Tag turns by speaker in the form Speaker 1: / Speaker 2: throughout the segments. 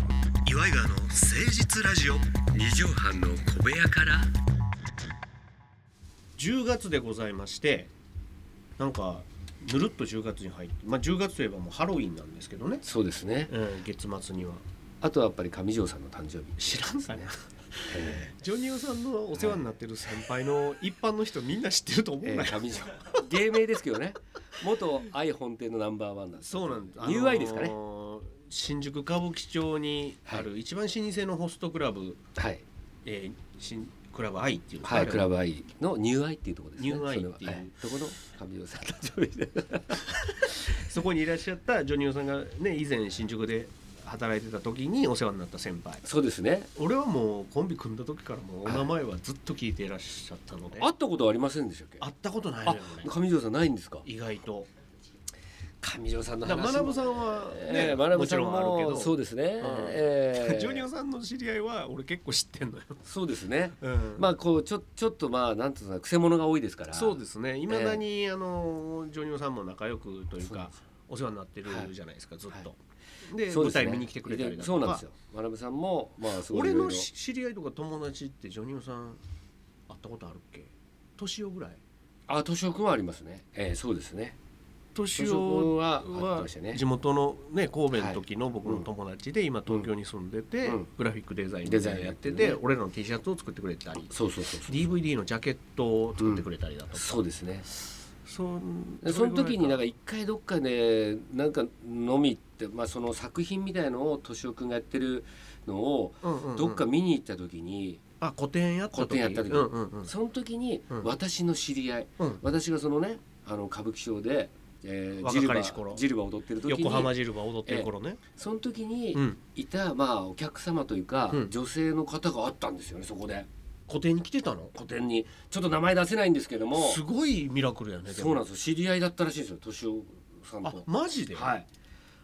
Speaker 1: イガーの誠実ラジオ
Speaker 2: 二畳半の小部屋から
Speaker 3: 10月でございましてなんかぬるっと10月に入って、まあ、10月といえばもうハロウィンなんですけどね、
Speaker 2: そうですね
Speaker 3: うん、月末には
Speaker 2: あとはやっぱり上条さんの誕生日
Speaker 3: 知らんかな
Speaker 2: え
Speaker 3: ジョニオさんのお世話になってる先輩の一般の人みんな知ってると思う
Speaker 2: ーえ
Speaker 3: んだよ、
Speaker 2: ー上条芸名ですけどね元愛本店のナンバーワンなんです
Speaker 3: そうなんです
Speaker 2: ニューアイですかね
Speaker 3: あのー新宿歌舞伎町にある一番老舗のホストクラブ、
Speaker 2: はい、
Speaker 3: えー新クラブアイっていうのか
Speaker 2: は、
Speaker 3: ない
Speaker 2: クラブ愛のニューアイっていうところですね
Speaker 3: ニューアイっていう
Speaker 2: それははいとこの上条さんの誕 生日で
Speaker 3: そこにいらっしゃったジョニオさんがね以前新宿で働いてた時にお世話になった先輩
Speaker 2: そうですね
Speaker 3: 俺はもうコンビ組んだ時からもうお名前はずっと聞いていらっしゃったので、
Speaker 2: 会ったことはありませんでしたっけ
Speaker 3: 会ったことないの
Speaker 2: あ
Speaker 3: よ俺
Speaker 2: 上条さんないんですか
Speaker 3: 意外と
Speaker 2: 上条さんの
Speaker 3: だから
Speaker 2: 話
Speaker 3: 学
Speaker 2: も
Speaker 3: ぶさんはね、
Speaker 2: えー、学
Speaker 3: も
Speaker 2: ぶ
Speaker 3: ち
Speaker 2: さん
Speaker 3: ろんあるけど
Speaker 2: もそうですね、え ー
Speaker 3: ジョニオさんの知り合いは俺結構知ってんのよ、
Speaker 2: そうですね
Speaker 3: うん
Speaker 2: まあこうちょちょっとまあなんていうのかなくせ者が多いですから
Speaker 3: そうですねいまだに、あのジョニオさんも仲良くというかお世話になってるじゃないですか、ずっと、
Speaker 2: は
Speaker 3: で
Speaker 2: そう
Speaker 3: 舞
Speaker 2: ですね
Speaker 3: 台見に来てくれたりだとか
Speaker 2: そうなんですよ学さんもまあすごい
Speaker 3: 俺
Speaker 2: いろ
Speaker 3: の
Speaker 2: いろ
Speaker 3: し知り合いとか友達ってジョニオさん会ったことあるっけ年男ぐらい
Speaker 2: あ敏夫君はありますねええそうですね
Speaker 3: 年
Speaker 2: 敏夫君はあってましたね
Speaker 3: 地元の、ね、神戸の時の僕の友達で今東京に住んでて、
Speaker 2: うん
Speaker 3: グラフィックデザイン
Speaker 2: デザイン
Speaker 3: や
Speaker 2: や
Speaker 3: っ
Speaker 2: ってて
Speaker 3: て、
Speaker 2: ね
Speaker 3: 俺らの T シャツを作ってくれたり
Speaker 2: そうそうそうそう
Speaker 3: DVD のジャケットを作ってくれたりだとか、
Speaker 2: そうですね
Speaker 3: そん
Speaker 2: でその時になん
Speaker 3: か
Speaker 2: か一回どっかでなんか飲み行って、まあ、その作品みたいのを敏夫君がやってるのを
Speaker 3: うんうんうん
Speaker 2: どっか見に行った時に、
Speaker 3: あ個展やった時
Speaker 2: 個展やった時
Speaker 3: うんうんうん
Speaker 2: その時に
Speaker 3: うん
Speaker 2: 私の知り合い、
Speaker 3: うん
Speaker 2: 私がそのねあの歌舞伎町で、えー、
Speaker 3: 若
Speaker 2: ジル
Speaker 3: か
Speaker 2: バ
Speaker 3: りし頃
Speaker 2: ジルバ踊ってる時に
Speaker 3: 横浜ジルバ踊ってる頃ね、
Speaker 2: その時に
Speaker 3: うん、
Speaker 2: いた、まあ、お客様というか、
Speaker 3: うん
Speaker 2: 女性の方があったんですよねそこで
Speaker 3: 個展に来てたの
Speaker 2: 個展にちょっと名前出せないんですけども
Speaker 3: すごいミラクルやねでも
Speaker 2: そうなんですよ知り合いだったらしいんですよ敏夫さん
Speaker 3: あ
Speaker 2: と。
Speaker 3: マジで、
Speaker 2: はい。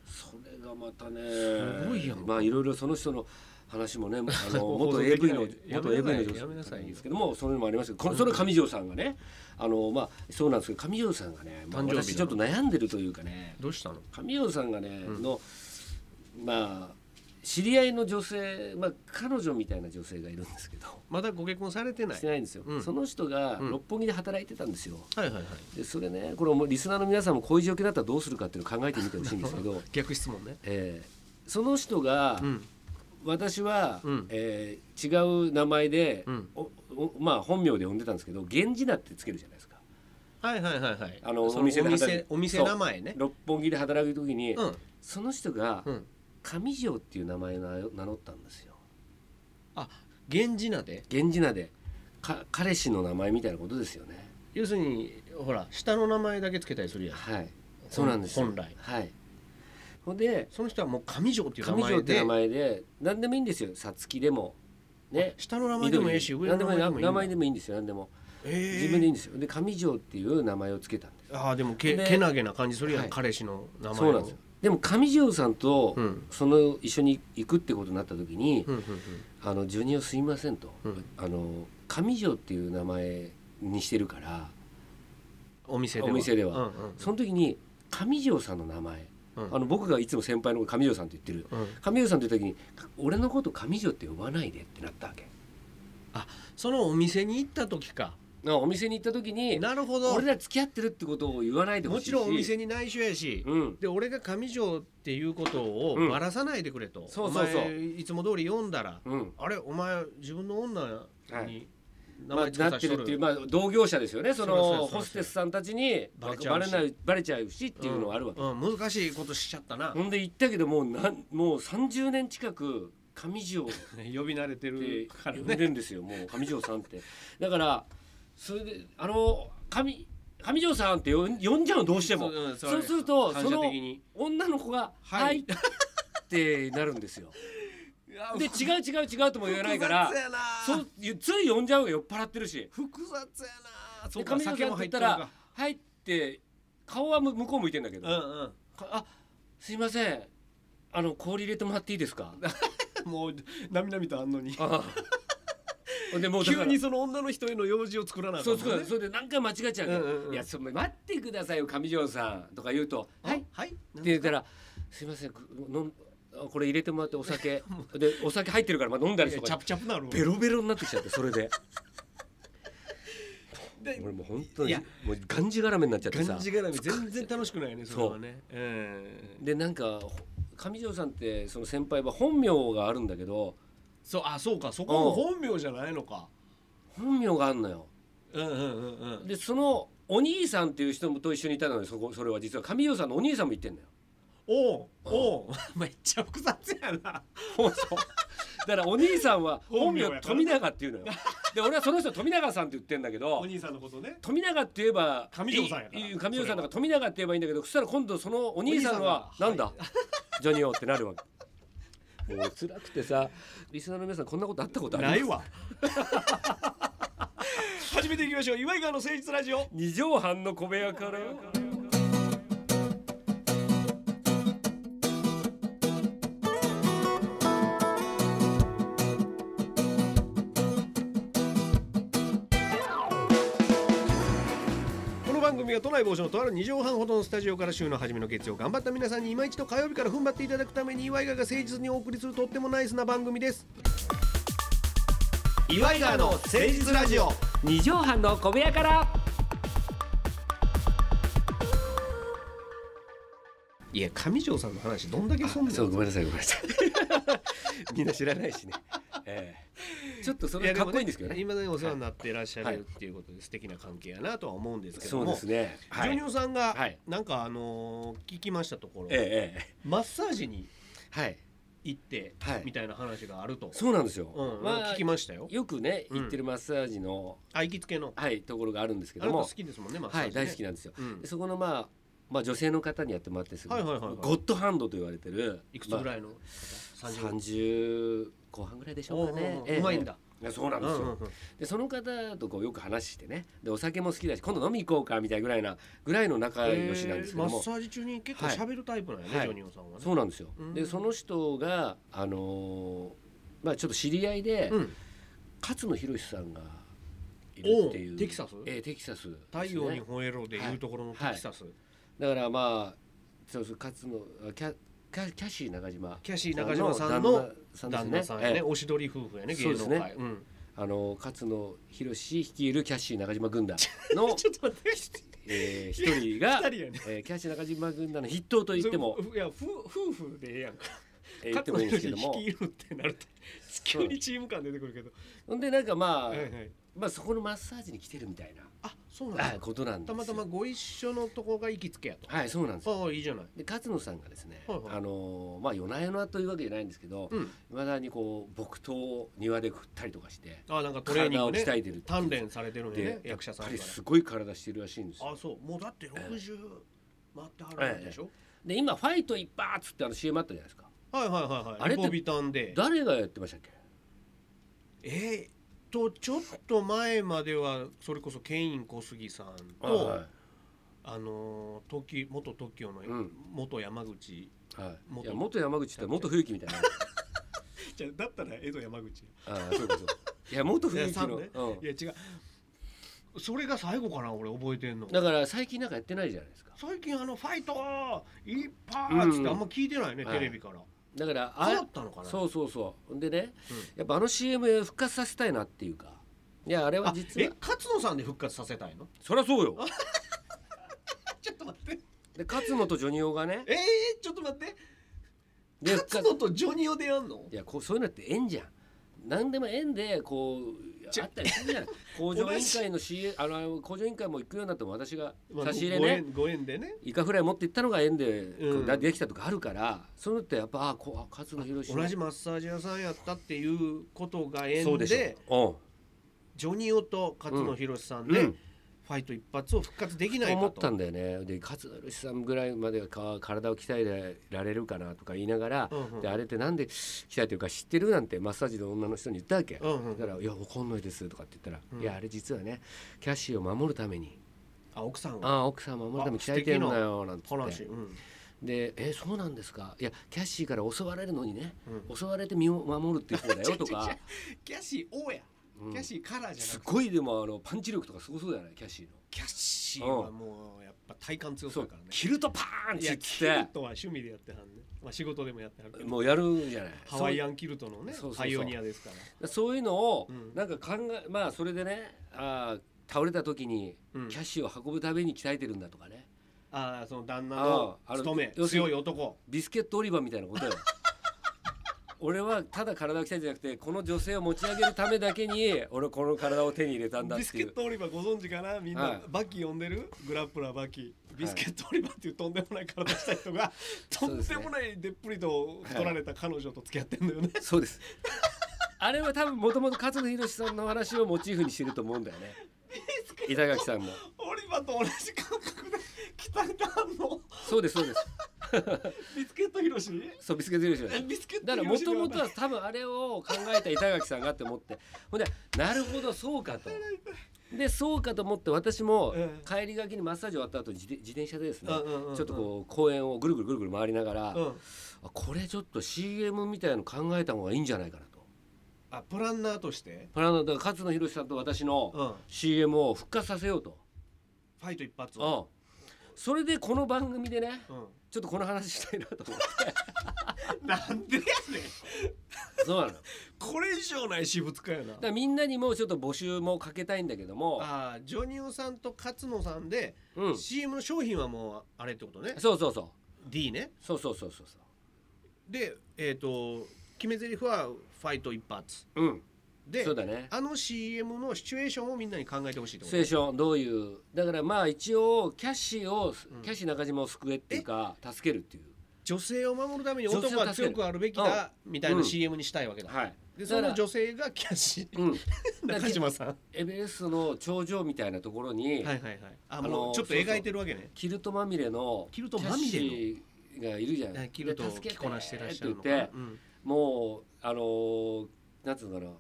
Speaker 2: それがまたね。
Speaker 3: すごいやん
Speaker 2: まあいろいろその人の話もね、あの
Speaker 3: 放送
Speaker 2: 元
Speaker 3: でき
Speaker 2: AV
Speaker 3: ない
Speaker 2: の
Speaker 3: や
Speaker 2: 元
Speaker 3: めなさい
Speaker 2: AV の女性
Speaker 3: やめなさいよ
Speaker 2: なんですけども、それもありますけど、このそれ上条さんがね、あのまあそうなんですけど上条さんがね、まあ
Speaker 3: 誕生日なの
Speaker 2: 私ちょっと悩んでるというかね、
Speaker 3: どうしたの
Speaker 2: 上条さんがね
Speaker 3: うん
Speaker 2: のまあ知り合いの女性、まあ彼女みたいな女性がいるんですけど、
Speaker 3: まだご結婚されてない
Speaker 2: してないんですよ
Speaker 3: う。ん
Speaker 2: その人が
Speaker 3: うん
Speaker 2: 六本木で働いてたんですよ。
Speaker 3: はいはいはい
Speaker 2: でそれね、これもうリスナーの皆さんもこういう状況だったらどうするかっていうのを考えてみてほしいんですけど。
Speaker 3: 逆質問ね
Speaker 2: えーその人が、
Speaker 3: うん
Speaker 2: 私は、
Speaker 3: うん
Speaker 2: えー違う名前で、
Speaker 3: うん
Speaker 2: おおまあ本名で呼んでたんですけど源氏名ってつけるじゃないですか
Speaker 3: はいはいはいはい
Speaker 2: あの
Speaker 3: そ
Speaker 2: お店で
Speaker 3: お
Speaker 2: 働
Speaker 3: 店
Speaker 2: い
Speaker 3: お店名前ね
Speaker 2: 六本木で働く時に、
Speaker 3: うん
Speaker 2: その人が、
Speaker 3: うん
Speaker 2: 上条っていう名前を名乗ったんですよ
Speaker 3: あ源氏名で
Speaker 2: 源氏名でか彼氏の名前みたいなことですよね
Speaker 3: 要するにほら下の名前だけつけたりするやん
Speaker 2: はいそうなんですよ
Speaker 3: 本来
Speaker 2: はいほんで
Speaker 3: その人はもう上条っていう名
Speaker 2: 上
Speaker 3: 前で
Speaker 2: 条って名前で何でもいいんですよさつきでもね
Speaker 3: 下の名前でもええし上の
Speaker 2: 何で
Speaker 3: 名
Speaker 2: もい
Speaker 3: 前で
Speaker 2: い
Speaker 3: もいい
Speaker 2: 名前でもいいんですよ何でも自
Speaker 3: 自
Speaker 2: 分でいいんですよで上条っていう名前をつけたんです
Speaker 3: ああでもけ
Speaker 2: で
Speaker 3: けなげな感じするやん、
Speaker 2: はい
Speaker 3: 彼氏の名前を
Speaker 2: そうなんですよでも上条さんと
Speaker 3: うん
Speaker 2: その一緒に行くってことになった時に
Speaker 3: うんうんうん
Speaker 2: 「あのジュニオすいません」と
Speaker 3: うん
Speaker 2: 「あの上条っていう名前にしてるから
Speaker 3: お店では
Speaker 2: お店では
Speaker 3: うんうんうん
Speaker 2: その時に上条さんの名前
Speaker 3: うん
Speaker 2: あの僕がいつも先輩のこと上条さんって言ってる
Speaker 3: うん
Speaker 2: 上条さんって言った時に「俺のこと上条って呼ばないで」ってなったわけ。
Speaker 3: そのお店に行った時か
Speaker 2: なお店に行った時に
Speaker 3: なるほど
Speaker 2: 俺ら付き合ってるってことを言わないでほ
Speaker 3: も
Speaker 2: しい
Speaker 3: ち
Speaker 2: し
Speaker 3: ろんお店に内緒やし、
Speaker 2: うん
Speaker 3: で俺が上条っていうことを
Speaker 2: うん
Speaker 3: ばらさないでくれと、
Speaker 2: そうそうそう
Speaker 3: お前いつも通り読んだら、
Speaker 2: うん
Speaker 3: あれお前自分の女
Speaker 2: は
Speaker 3: に
Speaker 2: い
Speaker 3: 名
Speaker 2: まあ、
Speaker 3: 前つけ
Speaker 2: な
Speaker 3: さ
Speaker 2: っ
Speaker 3: せ
Speaker 2: て
Speaker 3: と
Speaker 2: るっていう、
Speaker 3: る、
Speaker 2: まあ、同業者ですよねそ
Speaker 3: そりゃそう
Speaker 2: の
Speaker 3: やそりゃそうや
Speaker 2: ホステスさんたちに
Speaker 3: バ
Speaker 2: バ
Speaker 3: レ
Speaker 2: レ
Speaker 3: ちゃうし
Speaker 2: ないバレちゃうしっていうのはあるわけ、
Speaker 3: うんうん難しいことしちゃったな、
Speaker 2: ほんで言ったけどもうなんもう30年近く上条っ
Speaker 3: 呼び慣れて
Speaker 2: て
Speaker 3: るから
Speaker 2: 呼ん
Speaker 3: ね
Speaker 2: でるんですよもう上条さんってだからそれであの上上条さんって呼ん呼んじゃうのどうしても
Speaker 3: うんそ
Speaker 2: そううすると
Speaker 3: 反
Speaker 2: そ
Speaker 3: 射
Speaker 2: の
Speaker 3: 的に
Speaker 2: 女の子が「
Speaker 3: は
Speaker 2: はいい」ってなる んですよで違う違う違うとも言えないから
Speaker 3: 複雑やな
Speaker 2: そうつい呼んじゃうよ酔っ払ってるし
Speaker 3: 複雑やな
Speaker 2: で上条さんって言ったら「はい」って顔はむ向こう向いてんだけ
Speaker 3: う
Speaker 2: ど、
Speaker 3: んうん
Speaker 2: かあすいませんあの氷入れてもらっていいで すか
Speaker 3: もうなみなみとあんのに
Speaker 2: ああでもうだか
Speaker 3: 急
Speaker 2: ら
Speaker 3: にその女の人への用事を作らなあか
Speaker 2: そ
Speaker 3: ん
Speaker 2: う
Speaker 3: も
Speaker 2: そ
Speaker 3: ん
Speaker 2: う
Speaker 3: ね
Speaker 2: それで何回間違えちゃうけ
Speaker 3: うん
Speaker 2: ど、
Speaker 3: うんうん
Speaker 2: いやそれ待ってくださいよ上条さん」とか言うと「はい」って
Speaker 3: はい
Speaker 2: 言ったら「すいませんくのんああこれ入れてもらってお酒でお酒入ってるからまあ飲んだり
Speaker 4: いや
Speaker 2: と
Speaker 4: チャ
Speaker 2: か
Speaker 4: プチャプなるわ
Speaker 2: ベロベロになってきちゃってそれで
Speaker 4: で
Speaker 2: 俺もう本当
Speaker 4: い
Speaker 2: に
Speaker 4: や
Speaker 2: もうがんじがらめになっちゃって
Speaker 3: が
Speaker 2: さ
Speaker 3: んじがらみ全然楽しくないねそれはねうん
Speaker 2: でなんか上条さんってその先輩は本名があるんだけど
Speaker 4: そうあそうかそこも本名じゃないのか
Speaker 2: 本名があんのよ
Speaker 4: うんうんうんうん
Speaker 2: でそのお兄さんっていう人もと一緒にいたのにそこそれは実は上条さんのお兄さんも言ってんだよ
Speaker 4: おうおう めっちゃ複雑やな
Speaker 2: 本当だからお兄さんは本
Speaker 4: 本名
Speaker 2: 名
Speaker 4: やから
Speaker 2: 富永っていうのよで俺はその人富永さんって言ってんだけど
Speaker 4: お兄さんのことね
Speaker 2: 富永って言えば
Speaker 4: 上条さんやから
Speaker 2: いい上条さんだから富永って言えばいいんだけどそしたら今度そのお兄さんは
Speaker 4: お兄さんが
Speaker 2: なんだ、ジョニオってなるわけもう辛くてさリスナーの皆さんこんなことあったことありま
Speaker 4: な
Speaker 2: す
Speaker 4: いわ 始めていきましょう岩井川の誠実ラジオ
Speaker 2: 二畳半の小部屋から
Speaker 3: この番組は都内某所のとある2畳半ほどのスタジオから週の初めの月曜頑張った皆さんに今一度火曜日から踏ん張っていただくために岩井川が誠実にお送りするとってもナイスな番組です
Speaker 4: 岩井川の誠実ラジオ
Speaker 2: 二畳半の小部屋から
Speaker 3: いや上条さんの話どんだけそんな
Speaker 2: そ
Speaker 3: ん
Speaker 2: うごめんなさいごめんなさいみんな知らないしね、ええちょっとそ
Speaker 3: い
Speaker 2: れ
Speaker 3: や
Speaker 2: かっ こいいんですけどね
Speaker 3: 今ねお世話になってらっしゃるっていうことで素敵な関係やなとは思うんですけど
Speaker 2: そう
Speaker 3: も、
Speaker 2: ですねは
Speaker 3: ジョ
Speaker 2: い
Speaker 3: ニオさんが
Speaker 2: はい
Speaker 3: なんかあのー聞きましたところ、
Speaker 2: えええ
Speaker 3: マッサージに
Speaker 2: えはい
Speaker 3: 行って
Speaker 2: はい
Speaker 3: みたいな話があると、
Speaker 2: そうなんですよ、
Speaker 3: うん
Speaker 2: まあ
Speaker 3: 聞きましたよ
Speaker 2: よくね
Speaker 3: うん
Speaker 2: 行ってるマッサージの、
Speaker 3: あ行きつけの
Speaker 2: はいところがあるんですけ
Speaker 3: あ
Speaker 2: ど
Speaker 3: なた
Speaker 2: も
Speaker 3: 好きですもんねマッサー
Speaker 2: は
Speaker 3: ジ、
Speaker 2: い
Speaker 3: ね、
Speaker 2: 大好き
Speaker 3: な、
Speaker 2: なんですよ、
Speaker 3: うん
Speaker 2: で、そこのまあまあ女性の方にやってもらってすご
Speaker 3: はいはいはいはい
Speaker 2: ゴッドハンドと言われてる
Speaker 3: いくつぐ
Speaker 2: い、
Speaker 3: らいの方、
Speaker 2: まあ、
Speaker 3: 30
Speaker 2: 30後半ぐらいでしょうかね
Speaker 3: おうおうおううまいんだ、
Speaker 2: ええそうなんですよ、
Speaker 3: うんうんうん
Speaker 2: でその方とこうよく話してねでお酒も好きだし今度飲み行こうかみたいなぐらいなぐらいの仲良しなんですけど
Speaker 3: マ
Speaker 2: も、
Speaker 3: ッサージ中に結構喋るタイプなんやね、
Speaker 2: はい
Speaker 3: ジョニオさんはね。
Speaker 2: そうなんですよ
Speaker 3: うん
Speaker 2: でその人があのーまあちょっと知り合いで、
Speaker 3: うん、
Speaker 2: 勝野博さんがいるってい
Speaker 3: お
Speaker 2: う
Speaker 3: うテキサス
Speaker 2: ええテキサスですね、
Speaker 3: 太陽に吠えろでいうところのテキサス、
Speaker 2: だからまあそうそう勝野あキャキャキャシー中島
Speaker 3: キャシー中島さんの
Speaker 2: さ
Speaker 3: 旦
Speaker 2: んの旦
Speaker 3: 那
Speaker 2: 那さ
Speaker 3: さ
Speaker 2: ん
Speaker 3: ん
Speaker 2: ですね
Speaker 3: や
Speaker 2: え
Speaker 3: ね、
Speaker 2: え
Speaker 3: おしどり夫婦やね、芸能界。
Speaker 2: そうですね
Speaker 3: うん
Speaker 2: あの勝野博率いるキャシー中島軍団 の
Speaker 4: ちょっと待って
Speaker 2: えー一人が
Speaker 4: 二人やね
Speaker 2: えーキャッシー中島軍団の筆頭と言っても、
Speaker 4: いや夫夫婦でええやんか
Speaker 2: えー言ってもいいんですけども
Speaker 4: 勝野に率いるってなると急にチーム感出てくるけど
Speaker 2: ほんでなんかまあ、
Speaker 4: はいはい
Speaker 2: まあそこのマッサージに来てるみたいな
Speaker 3: あ、そうなん
Speaker 2: あ
Speaker 3: だ。
Speaker 2: ことなんです
Speaker 3: た
Speaker 2: よ
Speaker 3: またまご一緒のとこが行きつけやと。
Speaker 2: はいそうなんですよ
Speaker 3: ああ、いいじゃない。
Speaker 2: で勝野さんがですね、
Speaker 3: はいはい
Speaker 2: あのーまあ夜な夜なというわけじゃないんですけど
Speaker 3: うん。
Speaker 2: いま、未だにこう木刀を庭で食ったりとかして
Speaker 3: あ、なんかトレーニングね。
Speaker 2: 体を鍛えてるっていう
Speaker 3: 鍛錬されてるんでね
Speaker 2: で、
Speaker 3: 役者さん
Speaker 2: やっ
Speaker 3: か
Speaker 2: ぱりすごい体してるらしいんです
Speaker 3: ら。
Speaker 2: よ
Speaker 3: あ、そう。もうだって六十回ってはるんでしょ。
Speaker 2: で今「ファイトいっぱい!」っつってあの CM あったじゃないですか
Speaker 3: はいはいはいはい。
Speaker 2: あれって
Speaker 3: リポビタンで。
Speaker 2: 誰がやってましたっけ
Speaker 3: えーっとちょっと前まではそれこそケイン小杉さんと、
Speaker 2: は
Speaker 3: あのー時元 TOKIO の
Speaker 2: うん
Speaker 3: 元山口、
Speaker 2: いはい、い
Speaker 3: 元
Speaker 2: や元山口って元冬木みたいな
Speaker 4: じゃあだったら江戸山口
Speaker 2: ああそうかそうかい や元
Speaker 4: いや
Speaker 2: 冬木
Speaker 4: さん
Speaker 2: の、
Speaker 4: ね
Speaker 2: うん
Speaker 4: いや違う
Speaker 3: それが最後かな俺覚えてんの
Speaker 2: だから最近なんかやってないじゃないですか
Speaker 3: 最近あの「ファイトいっぱい!」っつってあんま聞いてないね、
Speaker 2: うん
Speaker 3: テレビから、
Speaker 2: だから
Speaker 3: 変わ
Speaker 2: あ
Speaker 3: ったのかな
Speaker 2: そうそうそうでね、やっぱあの CM 復活させたいなっていうかいやあれは
Speaker 3: あ
Speaker 2: 実
Speaker 3: え
Speaker 2: は
Speaker 3: 勝野さんで復活させた いの
Speaker 2: そりゃそうよ
Speaker 4: ちょっと待って
Speaker 2: で勝野とジョニオがね
Speaker 4: えー、ちょっと待って
Speaker 2: で
Speaker 4: 勝野とジョニオでやんの
Speaker 2: いやこうそういうのって縁じゃん何でも縁でこう
Speaker 4: ちょ
Speaker 2: あったりするじ ゃん工場委員会の CA あの工場委員会も行くようになっても私が差し入れ
Speaker 4: ご
Speaker 2: ね
Speaker 4: 縁ご縁でね
Speaker 2: イカフライ持って行ったのが縁で、
Speaker 3: うん
Speaker 2: だできたとかあるからそういうのってやっぱあこうあ勝野博
Speaker 3: 同じマッサージ屋さんやったっていうことが縁
Speaker 2: そう
Speaker 3: で
Speaker 2: でしょ
Speaker 3: ジョニオと勝野博さん
Speaker 2: うん
Speaker 3: で、
Speaker 2: うん
Speaker 3: ファイト一発を復活でき
Speaker 2: う、
Speaker 3: なんい
Speaker 2: 思
Speaker 3: か
Speaker 2: った
Speaker 3: と
Speaker 2: んだよねで勝野博さんぐらいまではか体を鍛えられるかなとか言いながら、
Speaker 3: うんうん
Speaker 2: であれってなんで鍛えてるか知ってるなんてマッサージの女の人に言ったわけ、
Speaker 3: うんうん
Speaker 2: だから「いやわかんないです」とかって言ったら「
Speaker 3: うん
Speaker 2: いやあれ実はねキャッシーを守るために
Speaker 3: あ奥さんは
Speaker 2: ああ奥さん守るために鍛えてるんだよ」なんて言っ
Speaker 3: 話、
Speaker 2: て
Speaker 3: うん、
Speaker 2: で「えそうなんですかいやキャッシーから襲われるのにね、
Speaker 3: う
Speaker 2: 襲われて身を守るっていう方だよ」と
Speaker 4: 違う違う違
Speaker 2: か
Speaker 4: う。キャシー王や、
Speaker 2: うん
Speaker 4: キャシーカラーじゃ
Speaker 2: す
Speaker 4: なくて
Speaker 2: ごいでもあのパンチ力とかすごそうじゃないキャッシーの
Speaker 4: キャシ
Speaker 3: シーはもうやっぱ体感強
Speaker 2: そ
Speaker 3: そう
Speaker 2: う
Speaker 3: だからね
Speaker 2: キルトパーン
Speaker 3: い
Speaker 2: チ
Speaker 3: や
Speaker 2: っ
Speaker 3: キ
Speaker 2: つ
Speaker 3: ル
Speaker 2: っ
Speaker 3: トは趣味でやってはんね、まあ、仕事でもやってはるけ
Speaker 2: て
Speaker 3: ど
Speaker 2: もうやるじゃない
Speaker 3: ハワイアンキルトのね
Speaker 2: そうそうそう
Speaker 3: パイオニアですから
Speaker 2: そういうのを
Speaker 3: うん
Speaker 2: なんか考えまあそれでねあー倒れた時に
Speaker 3: うん
Speaker 2: キャッシュを運ぶために鍛えてるんだとかね
Speaker 3: ああその旦那の
Speaker 2: あああの
Speaker 3: 勤め
Speaker 2: 要するに
Speaker 3: 強い男
Speaker 2: ビスケットオリバーみたいなことよ 俺はただ体を鍛えてじゃなくてこの女性を持ち上げるためだけに俺この体を手に入れたんだっ
Speaker 3: ビス
Speaker 2: て
Speaker 3: ケ
Speaker 2: い
Speaker 3: ッ
Speaker 2: う
Speaker 3: トオリバーご存知かなみんな、
Speaker 2: はい
Speaker 3: バキ呼んでるグラップラーバキビスケットオリバーっていうとんでもない体した人 が、と
Speaker 2: うん
Speaker 3: でもないでっぷりと取られた彼女と付き合ってん だよね、
Speaker 2: そうですあれは多分もともと勝野博さんの話をモチーフにしてると思うんだよね板垣さんも
Speaker 3: オリバーと同じ感覚で 鍛えてはんの
Speaker 2: そうですそうです
Speaker 3: ビスケットヒロシ
Speaker 2: そうビスケットオリバー
Speaker 3: えビスケット
Speaker 2: だから
Speaker 3: ヒ
Speaker 2: も
Speaker 3: ロシ
Speaker 2: と
Speaker 3: で
Speaker 2: も
Speaker 3: は
Speaker 2: と
Speaker 3: ない
Speaker 2: は多分あれを考えた板垣さんがって思ってほんでなるほどそうかとでそうかと思って私も
Speaker 3: ええ
Speaker 2: 帰りがけにマッサージ終わった後自転自転車でですね
Speaker 3: うんうんうんうん
Speaker 2: ちょっとこう公園をぐるぐるぐるぐる回りながら、
Speaker 3: うん
Speaker 2: あこれちょっと CM みたいの考えた方がいいんじゃないかなと
Speaker 3: あプランナーとして、
Speaker 2: プランナーだから勝野博さんと私
Speaker 3: う
Speaker 2: の
Speaker 3: ん、
Speaker 2: CM を復活させようと、
Speaker 3: ファイト一発
Speaker 2: うん
Speaker 3: を、
Speaker 2: それでこの番組でね
Speaker 3: う
Speaker 2: ちょっとこの話したいなと思っ
Speaker 3: ん、 なんでやねん
Speaker 2: てそうなのだか
Speaker 3: これ以上ない私物かよな
Speaker 2: らみんなにもちょっと募集もかけたいんだけども、
Speaker 3: あージョニオさんと勝野さんで、
Speaker 2: うん
Speaker 3: CM の商品はもうあれってことね
Speaker 2: そうそうそう
Speaker 3: D ね
Speaker 2: そうそうそうそうそ
Speaker 3: でえっ、と決め台詞はファイト一発
Speaker 2: ううん
Speaker 3: で
Speaker 2: そうだね
Speaker 3: あの CM のシチュエーションをみんなに考えてほしいってこ
Speaker 2: ス
Speaker 3: と
Speaker 2: テーションどういうだからまあ一応キャッシーをキャッシー中島を救えっていうか助けるっていう
Speaker 3: 女性を守るために
Speaker 2: 女性を
Speaker 3: 男は
Speaker 2: 助け
Speaker 3: 強
Speaker 2: る
Speaker 3: くあるべきだみたいな
Speaker 2: うん
Speaker 3: CM にしたいわけだ、
Speaker 2: はい
Speaker 3: で
Speaker 2: だか
Speaker 3: そ
Speaker 2: ら
Speaker 3: の女性がキャッシー
Speaker 2: うん
Speaker 3: 中島さんは
Speaker 2: エベレストの頂上みたいなところに、
Speaker 3: いはいはいあもう
Speaker 2: あの
Speaker 3: ちょっと描いてるわけね
Speaker 2: キルトまみれの
Speaker 3: キルトまみれの
Speaker 2: キャッシーがいるじゃない
Speaker 3: キルトを
Speaker 2: で助け
Speaker 3: 着
Speaker 2: て
Speaker 3: こなしてらっしゃるの
Speaker 2: っ
Speaker 3: か
Speaker 2: て
Speaker 3: な
Speaker 2: 言って
Speaker 3: うん
Speaker 2: もうあのーなんつうのかな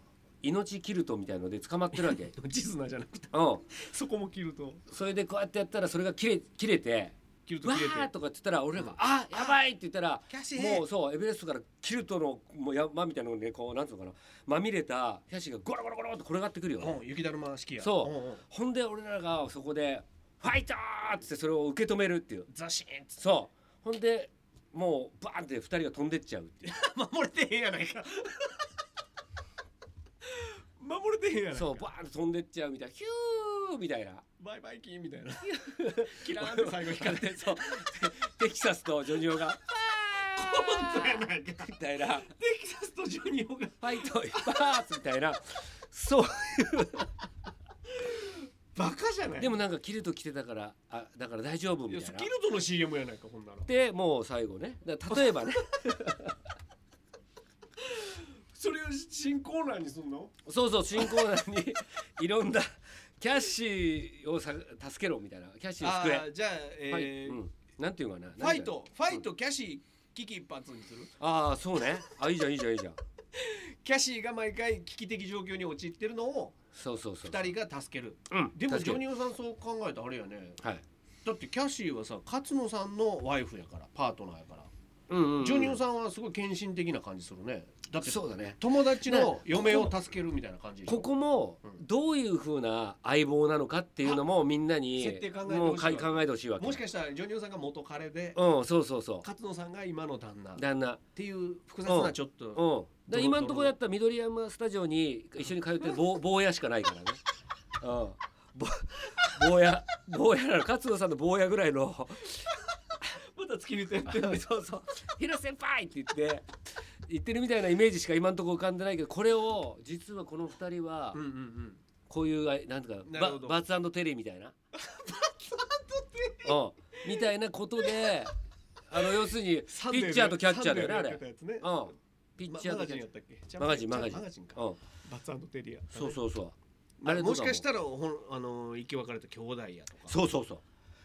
Speaker 2: 命キルトみたいので捕まってるわ けうん
Speaker 3: でも地図なじゃなくてそこもキルト
Speaker 2: それでこうやってやったらそれが切れ切れて
Speaker 3: キル
Speaker 2: 「
Speaker 3: ト
Speaker 2: わ
Speaker 3: 切れ
Speaker 2: ー!」
Speaker 3: て
Speaker 2: とかって言ったら俺らが「あやばい!」って言ったら
Speaker 3: キャッシー
Speaker 2: もうそうエベレストからキルトのもう山みたいなのにねこうなんつうのかなまみれたキャシーがゴロゴロゴロって転がってくるよね、
Speaker 3: うん雪だるま式や
Speaker 2: そうん
Speaker 3: ん
Speaker 2: ほんで俺らがそこで「ファイト!」っつってそれを受け止めるっていう
Speaker 3: ザシーンっつっ
Speaker 2: そうほんでもうバーンって二人が飛んでっちゃうってい う
Speaker 3: て守れてへんやないか 守れてへんやないか
Speaker 2: そうバーンって飛んでっちゃうみたいなヒューみたいな
Speaker 3: バイバイキーンみた いなキラーンって最後光って
Speaker 2: そうテキサスとジョニオが
Speaker 3: コントやないか
Speaker 2: みたいな
Speaker 3: テキサスとジョニオが
Speaker 2: ファイトバースみたいなそう
Speaker 3: バカじゃない
Speaker 2: で
Speaker 3: も
Speaker 2: もなんかキルト着てたからあだから大丈夫
Speaker 3: い
Speaker 2: み
Speaker 3: や
Speaker 2: たい
Speaker 3: ス
Speaker 2: な
Speaker 3: キルトの CM やないかこんなの
Speaker 2: でもう最後ねだから例えばね
Speaker 3: それを新コーナーにすんの
Speaker 2: そうそう新コーナー にいろんなキャッシーをさ助けろみたいなキャッシーを
Speaker 3: あ
Speaker 2: 救え、
Speaker 3: ーじゃあ、
Speaker 2: はい
Speaker 3: えー
Speaker 2: うん、なんていうのかななん
Speaker 3: フ
Speaker 2: て
Speaker 3: ァ
Speaker 2: いう
Speaker 3: イ
Speaker 2: の
Speaker 3: トファイトキャシー危機一髪にする
Speaker 2: ああそうねあいいじゃんいいじゃんいいじゃん
Speaker 3: キャシーが毎回危機的状況に陥ってるのを
Speaker 2: そうそうそう
Speaker 3: 二人が助ける
Speaker 2: うん
Speaker 3: でもジョ
Speaker 2: ニ
Speaker 3: ニオさんそう考えたらあれやね
Speaker 2: はい
Speaker 3: だってキャシーはさ勝野さんのワイフやからパートナーやから、
Speaker 2: うんうん、うん、
Speaker 3: ジョニオさんはすごい献身的な感じするねだって
Speaker 2: そうだね
Speaker 3: 友達の嫁
Speaker 2: ね
Speaker 3: を
Speaker 2: こ
Speaker 3: 助けるみたいな感じでしょ
Speaker 2: ここもどういう風な相棒なのかっていうのもみんなに
Speaker 3: 設定考えてほしいわ
Speaker 2: もうかい考えてほしいわけ
Speaker 3: もしかしたらジョニオさんが元彼で
Speaker 2: うんそうそうそ
Speaker 3: 勝野さんが今の旦那っ
Speaker 2: う旦那
Speaker 3: ていう複雑なちょっ
Speaker 2: うん
Speaker 3: と
Speaker 2: だから今のところだったら緑山スタジオに一緒に通ってる坊坊やしかな いからねうんぼ坊や坊やなの勝野さんの坊やぐらいの
Speaker 3: また突き抜けて
Speaker 2: そうそう「広瀬先輩!」って言って言ってるみたいなイメージしか今のところ浮かんでないけどこれを実はこの二人は
Speaker 3: うんうんうん
Speaker 2: こういうあなんとか
Speaker 3: なる
Speaker 2: バ
Speaker 3: ほど
Speaker 2: バツテリーみたいなうんみたいなことであの要するにピ
Speaker 3: サンデーで
Speaker 2: ッチャーとキャッチャーだよね
Speaker 3: サ
Speaker 2: あ
Speaker 3: ンデーでやって
Speaker 2: れ
Speaker 3: たやつね
Speaker 2: うんピッ
Speaker 3: ま
Speaker 2: チャ
Speaker 3: マ
Speaker 2: ー
Speaker 3: ガ
Speaker 2: とキ
Speaker 3: ジ
Speaker 2: ャ
Speaker 3: ンやっ
Speaker 2: ッチ
Speaker 3: たっけ
Speaker 2: ャーマガジン
Speaker 3: じゃ
Speaker 2: マ
Speaker 3: あ
Speaker 2: ガジン
Speaker 3: マガジンか
Speaker 2: うん
Speaker 3: バツテリア
Speaker 2: そうそうそう
Speaker 3: あれもしかした
Speaker 2: ら
Speaker 3: らほんあの生き別れた兄弟やとか
Speaker 2: そうそうそう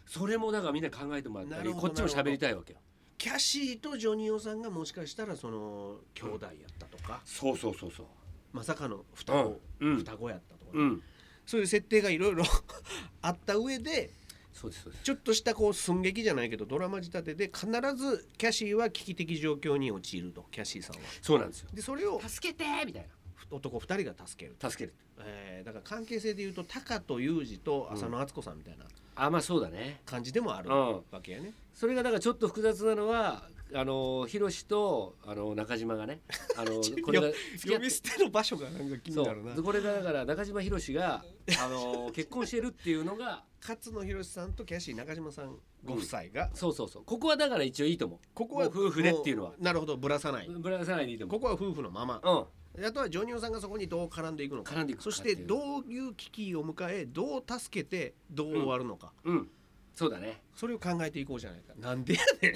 Speaker 2: それもだからみんな考えてもらった
Speaker 3: な
Speaker 2: り
Speaker 3: るほ
Speaker 2: こ
Speaker 3: ど
Speaker 2: っちも喋りたいわけよ
Speaker 3: キャシーとジョニオさんがもしかしたらその兄弟やったとか、
Speaker 2: そうそうそうそう
Speaker 3: まさかの双子、
Speaker 2: うんうん
Speaker 3: 双子やったとか、
Speaker 2: うん
Speaker 3: そういう設定がいろいろ あった上で
Speaker 2: そうですそうです
Speaker 3: ちょっとしたこう寸劇じゃないけどドラマ仕立てで必ずキャシーは危機的状況に陥るとキャシーさんは
Speaker 2: そうなんですよ
Speaker 3: でそれを
Speaker 2: 助けてみたいな
Speaker 3: 男2人が助ける、
Speaker 2: 助ける
Speaker 3: えーだから関係性でいうとタカとユージと浅野敦子さんみたいな
Speaker 2: あまあそうだね
Speaker 3: 感じでもある
Speaker 2: うん
Speaker 3: わけやね、
Speaker 2: それがだからちょっと複雑なのはあのヒロシとあの中島がねあ のこれが付き合
Speaker 3: 呼
Speaker 2: っ
Speaker 3: び
Speaker 2: て
Speaker 3: 捨ての場所がなんか気
Speaker 2: そ
Speaker 3: になるな
Speaker 2: うこれがだから中島ひろしがあ の結婚してるっていうのが
Speaker 3: 勝野博さんとキャシー中島さんご夫妻が、
Speaker 2: そうそうそうここはだから一応いいと思
Speaker 3: ここは
Speaker 2: もう夫婦でっていうのは
Speaker 3: もなるほどぶらさないう
Speaker 2: ぶらさないでいいと思
Speaker 3: ここは夫婦のまま
Speaker 2: う
Speaker 3: あとはジョニオさんがそこにどう絡んでいくのか
Speaker 2: 絡んでいくか
Speaker 3: そしてどういう危機を迎えどう助けてどう終わるのか、
Speaker 2: うんうんそうだね
Speaker 3: それを考えていこうじゃないかなんでやねん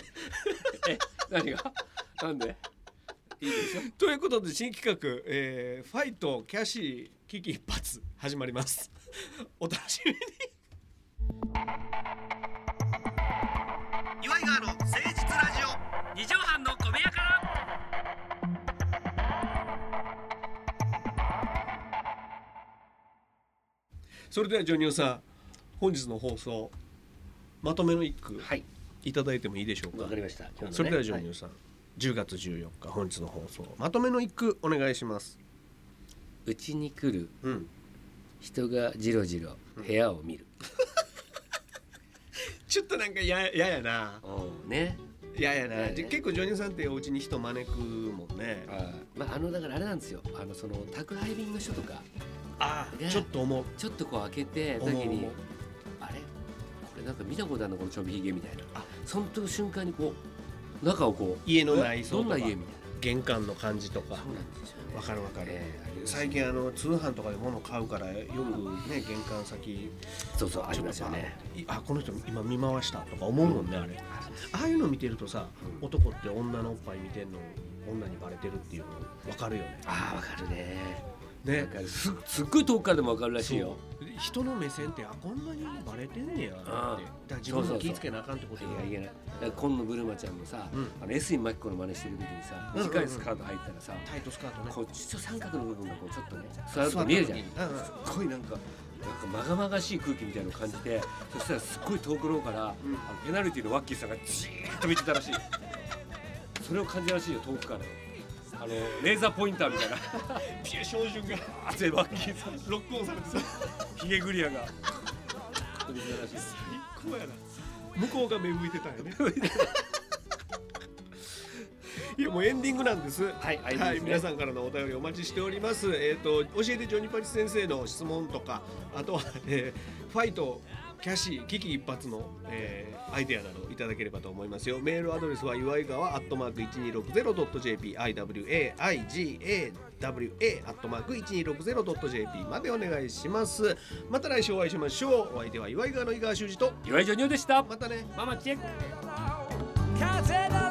Speaker 2: え何がなんでいいでしょ
Speaker 3: ということで新企画、えーファイトキャシー危機一発」始まります お楽しみに
Speaker 1: 岩井川の誠実ラジオ
Speaker 2: 二畳半の小部屋から
Speaker 3: それではジョニオさん本日の放送まとめの一句
Speaker 2: はい
Speaker 3: いただいてもいいでしょうか
Speaker 2: わかりました今日のね
Speaker 3: それではジョニオさん、10月14日本日の放送まとめの一句お願いします
Speaker 2: うちに来る
Speaker 3: うん
Speaker 2: 人がじろじろ部屋を見る、
Speaker 3: ちょっとなんかやややな
Speaker 2: うん、ね
Speaker 3: やや
Speaker 2: やや
Speaker 3: な
Speaker 2: ね
Speaker 3: じゃ結構ジョニオさんってお家に人招くもんね
Speaker 2: あまああのだからあれなんですよあのその宅配便の人とか
Speaker 3: あ
Speaker 2: ね
Speaker 3: ちょっと思う
Speaker 2: ちょっとこう開けて
Speaker 3: 思う
Speaker 2: 時に
Speaker 3: 思う
Speaker 2: あれこれなんか見たことあるのこのちょびひげみたいな
Speaker 3: あ
Speaker 2: その瞬間にこう中をこう
Speaker 3: 家の内装
Speaker 2: ど
Speaker 3: と
Speaker 2: ん
Speaker 3: か
Speaker 2: な家みたい
Speaker 3: 玄関の感じとか
Speaker 2: なそうなんですよね
Speaker 3: わかるわかる、
Speaker 2: ええあります
Speaker 3: 最近あの通販とかで物買うからよくね玄関先
Speaker 2: そうそうありますよね
Speaker 3: ちょっとああこの人今見回したとか思うもんね、あれああいうの見てるとさ
Speaker 2: うん
Speaker 3: 男って女のおっぱい見てんの女にバレてるっていうの分かるよね
Speaker 2: ああわかるね
Speaker 3: ね
Speaker 2: なんかすすっごい遠くからでもわかるらしいよ
Speaker 3: そう人の目線ってあこんなにバレてんねやってだから自分
Speaker 2: そうそうそ
Speaker 3: も
Speaker 2: う
Speaker 3: 気ぃつけなあかんってこと
Speaker 2: い
Speaker 3: よ
Speaker 2: やいけないだから今野ブルマちゃんもさ、
Speaker 3: うん
Speaker 2: あの S にマキコの真似してる時にさ
Speaker 3: うんうんうん
Speaker 2: 短いスカート入ったらさ、
Speaker 3: タイトスカートね
Speaker 2: こっちと三角の部分がこうちょっとね座ると見えるじゃん
Speaker 3: 座っ
Speaker 2: す
Speaker 3: た時にうんうん
Speaker 2: っごいなんかなんかまがまがしい空気みたいなのを感じてそしたらすっごい遠くの方から、あのペナルティのワッキーさんがじーっと見てたらしいそれを感じたらしいよ遠くからあのレーザーポインターみ たいな
Speaker 3: ピュー照準が
Speaker 2: あでワッキーさん
Speaker 3: ロックオンされてさ
Speaker 2: ヒゲグリアが見てたらしいです
Speaker 3: こうやな向こうが目向いてたんやねいやもうエンディングなんです
Speaker 2: はいありが
Speaker 3: は
Speaker 2: と
Speaker 3: いう
Speaker 2: ございます
Speaker 3: 皆さんからのお便りお待ちしております。えっ、と教えてジョニパチ先生の質問とか、あとは、えーファイトキャシー危機一髪の、えーアイデアなどいただければと思いますよ。メールアドレスは祝い川アットマーク一二六ゼロドット jp i w a i g a w a アットマーク一二六ゼロドット jp までお願いします。また来週お会いしましょう。お相手は祝い川の井川修司と
Speaker 2: 岩井ジョニオでした
Speaker 3: またね。
Speaker 2: ママチェック
Speaker 5: 風だ